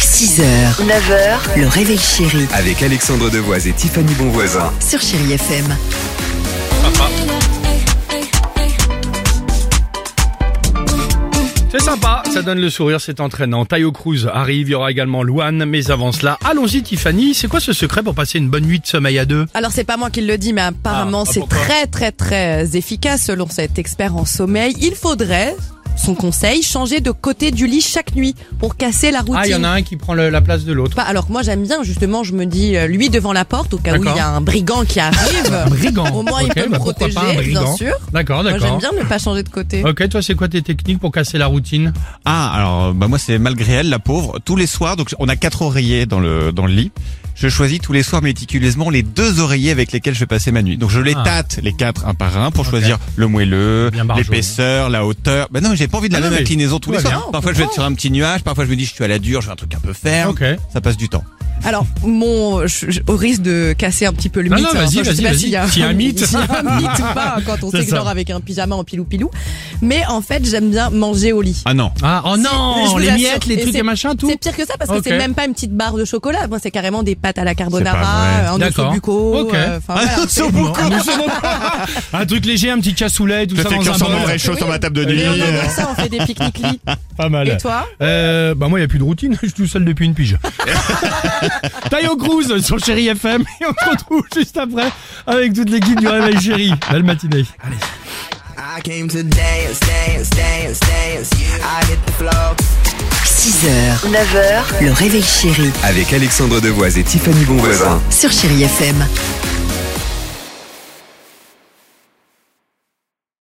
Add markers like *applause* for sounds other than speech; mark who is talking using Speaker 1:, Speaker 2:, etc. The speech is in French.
Speaker 1: 6h, 9h, le réveil chéri
Speaker 2: Avec Alexandre Devoise et Tiffany Bonvoisin.
Speaker 1: sur Chéri FM.
Speaker 3: C'est sympa, ça donne le sourire, c'est entraînant. Tayo Cruz arrive, il y aura également Luan, mais avant cela, allons-y Tiffany, c'est quoi ce secret pour passer une bonne nuit de sommeil à deux
Speaker 4: Alors c'est pas moi qui le dis, mais apparemment
Speaker 3: Ah, ah,
Speaker 4: c'est
Speaker 3: pourquoi
Speaker 4: très très très euh, efficace selon cet expert en sommeil. Il faudrait, son conseil, changer de côté du lit chaque nuit pour casser la routine.
Speaker 3: Ah, il y en a un qui prend le- la place de l'autre.
Speaker 4: Pas- Alors que moi j'aime bien justement, je me dis euh, lui devant la porte au cas où il
Speaker 3: D'accord.
Speaker 4: y a un brigand qui arrive.
Speaker 3: *laughs* Un brigand.
Speaker 4: *laughs* Au moins il
Speaker 3: Ok,
Speaker 4: peut
Speaker 3: bah
Speaker 4: me
Speaker 3: pourquoi
Speaker 4: protéger,
Speaker 3: pas un brigand.
Speaker 4: bien sûr.
Speaker 3: D'accord,
Speaker 4: Moi j'aime
Speaker 3: d'accord.
Speaker 4: bien ne pas changer de côté.
Speaker 3: Ok, toi c'est quoi tes techniques pour casser la routine
Speaker 5: Ah, alors bah moi c'est malgré elle la pauvre. Tous les soirs, donc on a quatre oreillers dans le dans le lit. Je choisis tous les soirs méticuleusement les deux oreillers avec lesquels je vais passer ma nuit. Donc je les
Speaker 3: Ah.
Speaker 5: tâte les quatre un par un pour choisir le moelleux,
Speaker 3: Bien barjot.
Speaker 5: l'épaisseur, la hauteur. Ben non, j'ai pas envie de la
Speaker 3: Ah non,
Speaker 5: même
Speaker 3: mais
Speaker 5: inclinaison
Speaker 3: tout
Speaker 5: tous les
Speaker 3: va
Speaker 5: soirs.
Speaker 3: bien,
Speaker 4: on
Speaker 5: parfois je vais être
Speaker 4: comprend.
Speaker 5: sur un petit nuage, parfois je me dis je suis à la dure, je vais un truc un peu ferme.
Speaker 3: Ok.
Speaker 5: Ça passe du temps.
Speaker 4: Alors mon, je- je- au risque de casser un petit peu le
Speaker 3: Non,
Speaker 4: mythe.
Speaker 3: non,
Speaker 4: hein,
Speaker 3: vas-y,
Speaker 4: enfin, je sais
Speaker 3: vas-y,
Speaker 4: pas
Speaker 3: vas-y.
Speaker 4: s'il y a *laughs*
Speaker 3: S'il y a un mythe.
Speaker 4: s'il y a un mythe ou pas hein, quand on
Speaker 3: *laughs* C'est
Speaker 4: s'explore
Speaker 3: ça.
Speaker 4: avec un pyjama en pilou pilou. Mais en fait j'aime bien manger au lit.
Speaker 5: Ah non.
Speaker 3: Ah, oh
Speaker 4: Je
Speaker 3: non,
Speaker 4: vous
Speaker 3: les
Speaker 4: assure.
Speaker 3: miettes, les
Speaker 4: Et
Speaker 3: trucs
Speaker 4: c'est-
Speaker 3: et machin, tout
Speaker 4: C'est pire que ça parce que
Speaker 3: Ok.
Speaker 4: c'est même pas une petite barre de chocolat. Moi, c'est carrément des pâtes à la
Speaker 5: C'est pas vrai.
Speaker 4: carbonara, euh, un
Speaker 3: D'accord.
Speaker 4: osso bucco.
Speaker 3: Ok.
Speaker 4: euh, enfin,
Speaker 5: Ah *laughs*
Speaker 4: voilà.
Speaker 5: non, c'est
Speaker 3: Non,
Speaker 5: beaucoup.
Speaker 3: nous sommes encore- *laughs* Un truc léger, un petit cassoulet, tout
Speaker 5: Je
Speaker 3: ça
Speaker 5: fais
Speaker 3: dans un
Speaker 5: qu'un
Speaker 3: bol.
Speaker 5: semblant de réchaud sur ma table de
Speaker 4: Et on
Speaker 5: nuit.
Speaker 4: adore ça, on fait des pique-niques lits.
Speaker 3: Pas
Speaker 4: Et
Speaker 3: mal.
Speaker 4: toi
Speaker 3: Euh, bah moi, il n'y a plus de routine, *laughs* je suis tout seul depuis une pige. Taillot Cruz sur Chéri FM et on se retrouve juste après avec toute l'équipe du Réveil Chéri. Belle matinée.
Speaker 6: I came to dance, dance, dance, dance. I hit the floor.
Speaker 1: 6h, 9h, le réveil chéri
Speaker 2: Avec Alexandre Devoise et Tiffany Bonvoisin.
Speaker 1: sur Chéri FM.